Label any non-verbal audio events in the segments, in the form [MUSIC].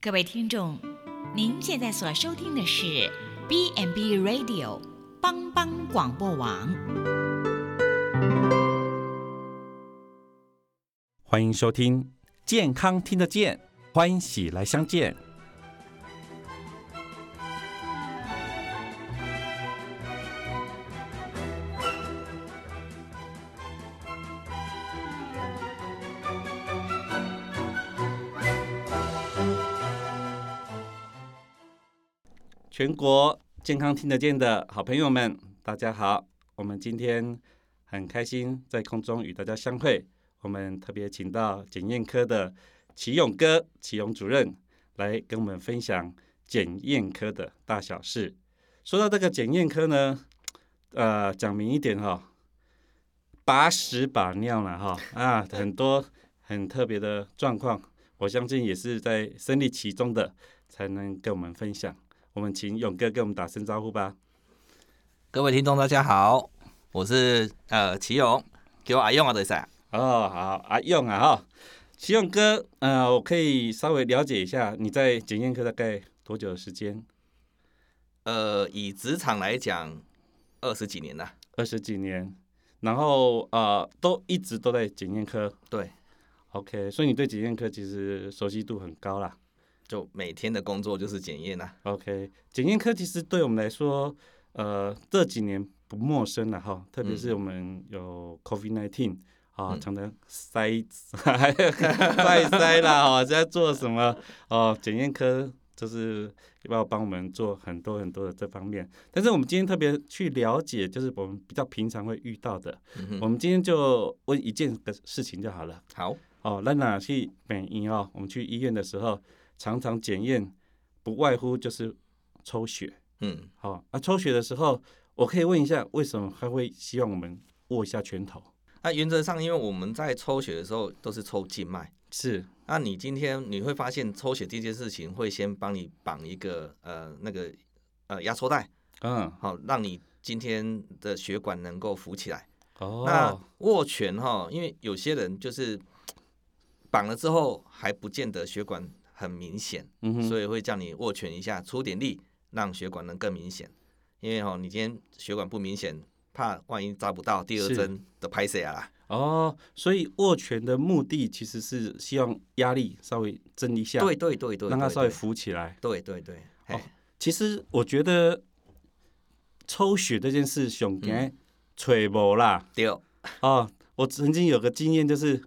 各位听众，您现在所收听的是 B n B Radio 帮帮广播网。欢迎收听《健康听得见》，欢喜来相见。全国健康听得见的好朋友们，大家好！我们今天很开心在空中与大家相会。我们特别请到检验科的齐勇哥、齐勇主任来跟我们分享检验科的大小事。说到这个检验科呢，呃，讲明一点哈、把屎把尿了哈、啊，很多很特别的状况，我相信也是在身历其中的才能跟我们分享。我们请勇哥跟我们打声招呼吧。各位听众，大家好，我是呃齐勇，给我阿用啊，对噻，哦，好啊，用啊哈，启勇哥，呃，我可以稍微了解一下你在检验科大概多久的时间？呃，以职场来讲，二十几年了，二十几年，然后呃，都一直都在检验科。对， OK，所以你对检验科其实熟悉度很高啦。就每天的工作就是检验啦。 OK，检验科其实对我们来说，呃，这几年不陌生了哈，特别是我们有 COVID nineteen 啊，嗯常常塞快塞啦哈， [LAUGHS] 在做什么哦？检验科就是要帮我们做很多很多的这方面，但是我们今天特别去了解，就是我们比较平常会遇到的，嗯我哼，们今天就问一件个事情就好了。好，哦，那哪去美医哦？我们去医院的时候，常常检验不外乎就是抽血。嗯，好、哦，啊，抽血的时候，我可以问一下，为什么他会希望我们握一下拳头？那原则上，因为我们在抽血的时候都是抽静脉，是那你今天你会发现抽血这件事情会先帮你绑一个呃那个呃压缩带，嗯，好，让你今天的血管能够浮起来。那哦，握拳哈，因为有些人就是绑了之后还不见得血管很明显，嗯哼，所以会叫你握拳一下，出点力，让血管能更明显。因为哈，你今天血管不明显，怕万一扎不到第二是针的拍谁啊啦？哦，所以握拳的目的其实是希望压力稍微增一下，对，对对对，让它对稍微对浮起来。对对对，嘿哦其实我觉得抽血这件事，熊该吹无啦。对，哦，我曾经有个经验就是，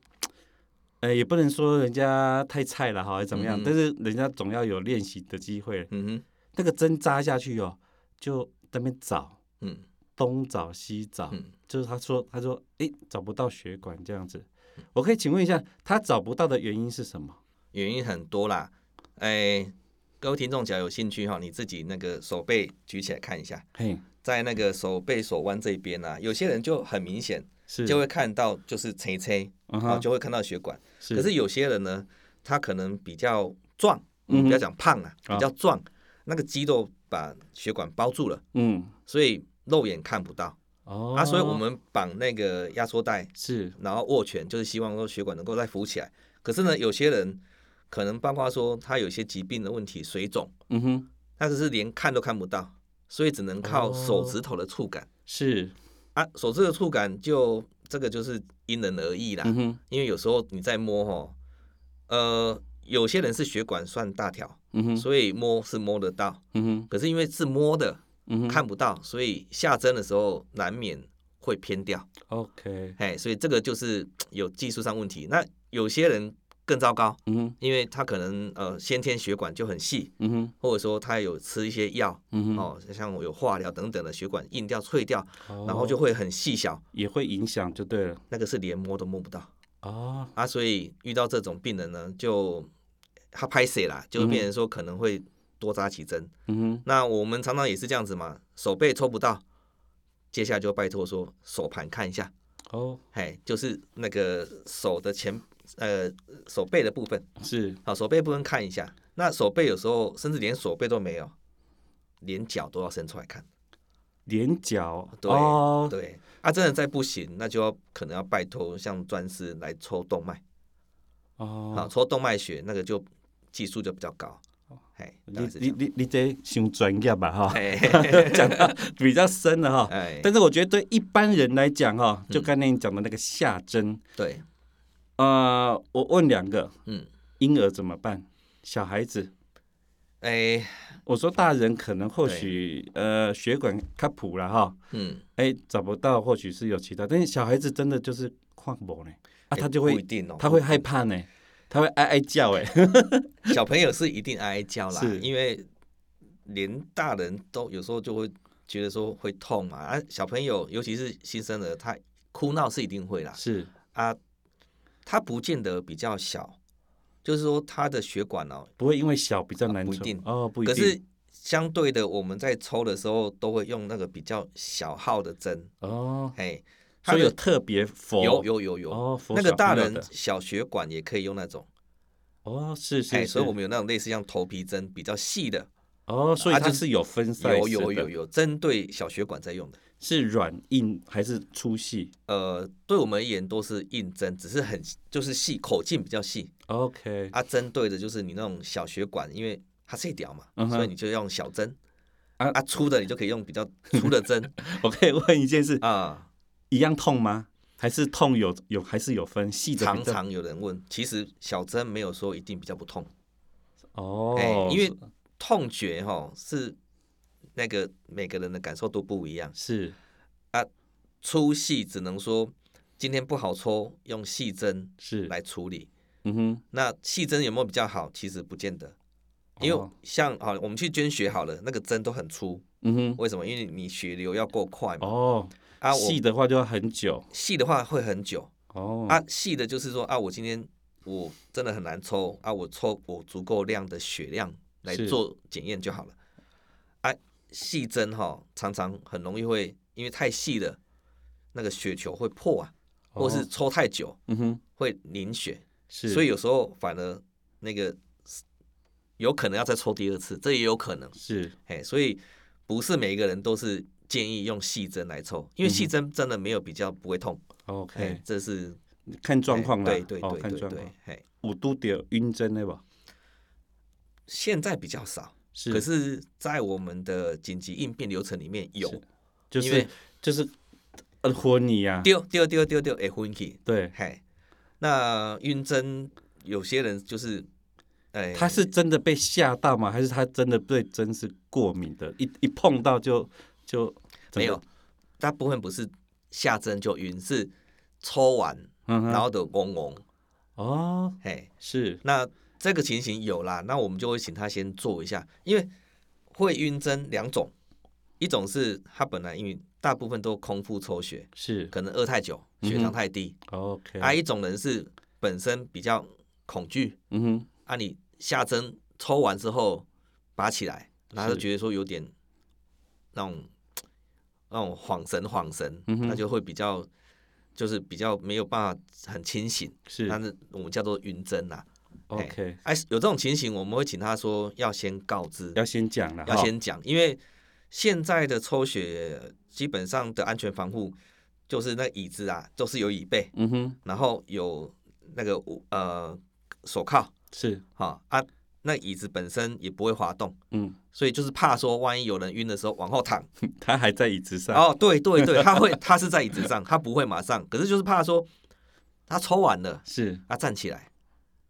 呃，也不能说人家太菜了哈，还是怎么样，嗯但是人家总要有练习的机会。嗯哼，那个针扎下去哦，就在那边找，嗯东找西找，嗯，就是他说他说诶，找不到血管这样子。嗯我可以请问一下，他找不到的原因是什么？原因很多啦。哎，各位听众，假如有兴趣哈，你自己那个手背举起来看一下。嘿，在那个手背手腕这边啊，有些人就很明显是就会看到就是垂垂，嗯啊，哼，就会看到血管。是可是有些人呢，他可能比较壮，嗯哼不要讲胖啊，啊比较壮，那个肌肉把血管包住了，嗯所以肉眼看不到哦啊。所以我们绑那个压缩带，是然后握拳，就是希望说血管能够再浮起来。可是呢，有些人可能包括说他有一些疾病的问题，水肿，嗯哼他只是连看都看不到，所以只能靠手哦指头的触感。是啊，手指的触感就这个就是因人而异啦，嗯哼因为有时候你在摸吼，呃，有些人是血管算大条，嗯哼所以摸是摸得到，嗯哼可是因为是摸的嗯哼看不到，所以下针的时候难免会偏掉， OK 哎，所以这个就是有技术上问题。那有些人更糟糕，嗯哼因为他可能呃先天血管就很细，嗯哼或者说他有吃一些药嗯哼哦，像我有化疗等等的血管硬掉脆掉，哦然后就会很细小。也会影响就对了。那个是连摸都摸不到哦，啊，所以遇到这种病人呢，就他拍谁啦，就变成说可能会多扎几针。嗯哼，那我们常常也是这样子嘛，手背抽不到，接下来就拜托说手盘看一下，哦，嘿，就是那个手的前呃手背的部分，是，好，手背部分看一下。那手背有时候甚至连手背都没有，连脚都要伸出来看。连脚，对哦，对，啊，真的再不行，那就要可能要拜托像专师来抽动脉。哦，好，抽动脉血那个就技术就比较高。哎，大哦你概是这你样你你这伤专业吧哈，哎 [LAUGHS] 讲到比较深了哈。哎，嗯但是我觉得对一般人来讲哈，就刚才你讲的那个下针，对，呃，我问两个，嗯，婴儿怎么办？小孩子，哎，我说大人可能或许呃血管卡普了哈，嗯，哎找不到，或许是有其他，但是小孩子真的就是看不呢，啊哎他就不会一定哦，他不会害怕呢，他会哀哀叫哎，小朋友是一定哀哀叫啦是，因为连大人都有时候就会觉得说会痛嘛，啊，小朋友尤其是新生儿，他哭闹是一定会啦，是啊，他不见得比较小，就是说他的血管哦，不会因为小比较难啊不一抽定哦，不一可定，是相对的，我们在抽的时候都会用那个比较小号的针，哦，嘿，它所以有的特别佛有有有有，哦，佛那个小大朋友人的小血管也可以用那种，哦是哎，是，所以是我们有那种类似像头皮针比较细的，哦，所以啊它就是有分 size 有有有的，有针对小血管在用的。是软硬还是粗细呃，对我们而言都是硬针，只是很就是细，口径比较细。 ？OK，啊，针对的就是你那种小血管，因为它是一条嘛，嗯哼所以你就用小针。啊啊粗的你就可以用比较粗的 [LAUGHS] 针 [LAUGHS] 我可以问一件事，啊。一样痛吗？还是痛有有还是有分细的常比较常有人问，其实小针没有说一定比较不痛，哦、哎因为痛觉哈是那个每个人的感受都不一样。是粗细只能说今天不好抽，用细针是来处理。嗯哼，那细针有没有比较好？其实不见得，因为哦像好，我们去捐血好了，那个针都很粗，嗯哼为什么？因为你血流要够快嘛。哦，啊，我细的话就要很久细的话会很久。哦啊，细的就是说啊，我今天我真的很难抽啊，我抽我足够量的血量来是做检验就好了。啊，细针哈，常常很容易会因为太细了，那个血球会破啊，或是哦抽太久嗯哼会凝血。是，所以有时候反而那个有可能要再抽第二次，这也有可能。是哎，所以不是每一个人都是建议用细针来抽，因为嗯细针真的没有比较不会痛。哎、 OK，这是看状况哎啦，对对哦对看对状对况，，哎、五度点晕针的吧，现在比较少，是可是在我们的紧急应变流程里面有是就因为是就是呃昏你呀、丢丢丢丢丢，哎，昏去，对，嘿，那晕针有些人就是，哎，他是真的被吓到吗？还是他真的对针是过敏的？一一碰到就就没有，，大部分不是下针就晕，是抽完嗯然哼，后的嗡嗡，哦，嘿，是那这个情形有啦，那我们就会请他先做一下，因为会晕针两种，一种是他本来因为大部分都空腹抽血，是可能饿太久，血嗯糖哼太低， ，OK，啊，一种人是本身比较恐惧，嗯哼，啊，你下针抽完之后拔起来，然后是就觉得说有点那种那种恍神恍神，嗯哼那就会比较就是比较没有办法很清醒，是但是我们叫做晕针呐、嘿 OK，哎、有这种情形，我们会请他说要先告知，要先讲了，要哈先讲，因为现在的抽血基本上的安全防护就是那椅子啊，都是有椅背，嗯哼，然后有那个呃手铐。是，好啊，那椅子本身也不会滑动，嗯，所以就是怕说万一有人晕的时候往后躺。他还在椅子上，哦，对对对，他会，他是在椅子上，他不会马上，可是就是怕说他抽完了，是他站起来，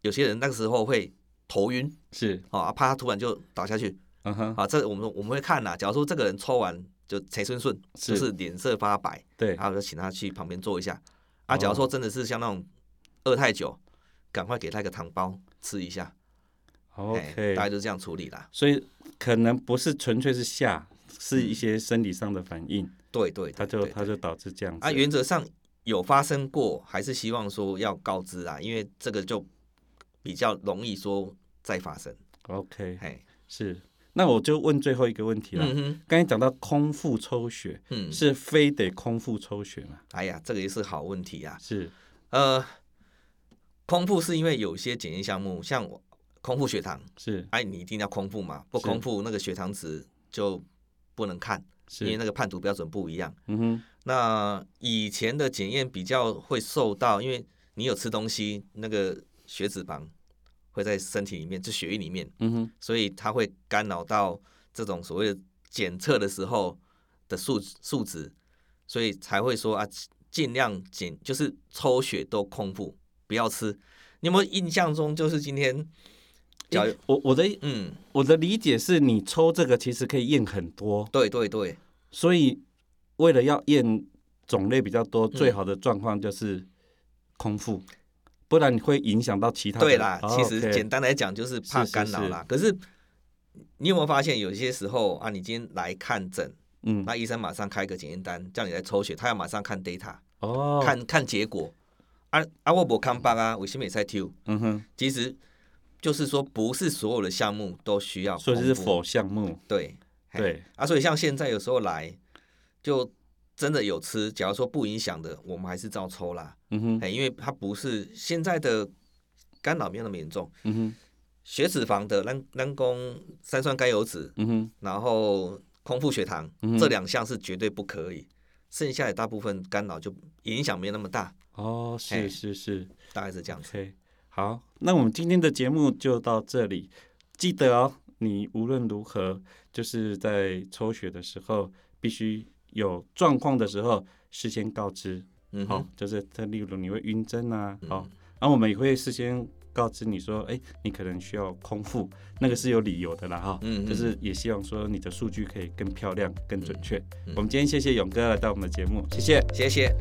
有些人那个时候会头晕，是，哦，啊怕他突然就倒下去。嗯哼，啊，这我们我们会看啦、假如说这个人抽完就陈顺顺，是就是脸色发白，对，然后就请他去旁边坐一下。啊，哦假如说真的是像那种饿太久，赶快给他一个糖包吃一下。哎 OK，大概就是这样处理啦。所以可能不是纯粹是吓，是一些生理上的反应，对对，他对就对他就导致这样子。啊，原则上有发生过，还是希望说要告知啊，因为这个就比较容易说再发生。 OK 嘿，是，那我就问最后一个问题了。嗯哼，刚才讲到空腹抽血，嗯，是非得空腹抽血吗？哎呀，这个也是好问题啊。是呃，空腹是因为有些检验项目，像我空腹血糖，是哎，你一定要空腹嘛，不是空腹那个血糖值就不能看，因为是，那个判读标准不一样。嗯哼，那以前的检验比较会受到，因为你有吃东西，那个血脂肪会在身体里面，就血液里面，嗯哼，所以它会干扰到这种所谓的检测的时候的数数值，所以才会说啊，尽量减，就是抽血都空腹，不要吃。你有没有印象中就是今天假如我我的嗯，我的理解是你抽这个其实可以验很多，对对对，所以为了要验种类比较多，最好的状况就是空腹，不然你会影响到其他的。对啦，哦其实 OK 简单来讲就是怕是是干扰啦。可是你有没有发现，有些时候啊，你今天来看诊，嗯那医生马上开个检验单，叫你来抽血，他要马上看 data，、哦，看看结果。啊啊，我不看棒啊，我什么也在抽？嗯哼，其实就是说，不是所有的项目都需要所空以腹，这是否项目对嘿对啊，所以像现在有时候来就。真的有吃，假如说不影响的，我们还是照抽啦。嗯哼哎、因为它不是现在的干扰没有那么严重，嗯哼血脂肪的咱咱讲三酸甘油脂，嗯哼然后空腹血糖、嗯哼这两项是绝对不可以，剩下的大部分干扰就影响没那么大，哦，是哎是是大概是这样子。 ，OK，好，那我们今天的节目就到这里，记得哦，你无论如何就是在抽血的时候必须有状况的时候事先告知。嗯好、哼，就是它例如你会晕针啊，嗯好、然后我们也会事先告知你说，哎、你可能需要空腹，那个是有理由的啦，哈、嗯嗯就是也希望说你的数据可以更漂亮、更准确。嗯我们今天谢谢勇哥来到我们的节目，谢谢。谢谢。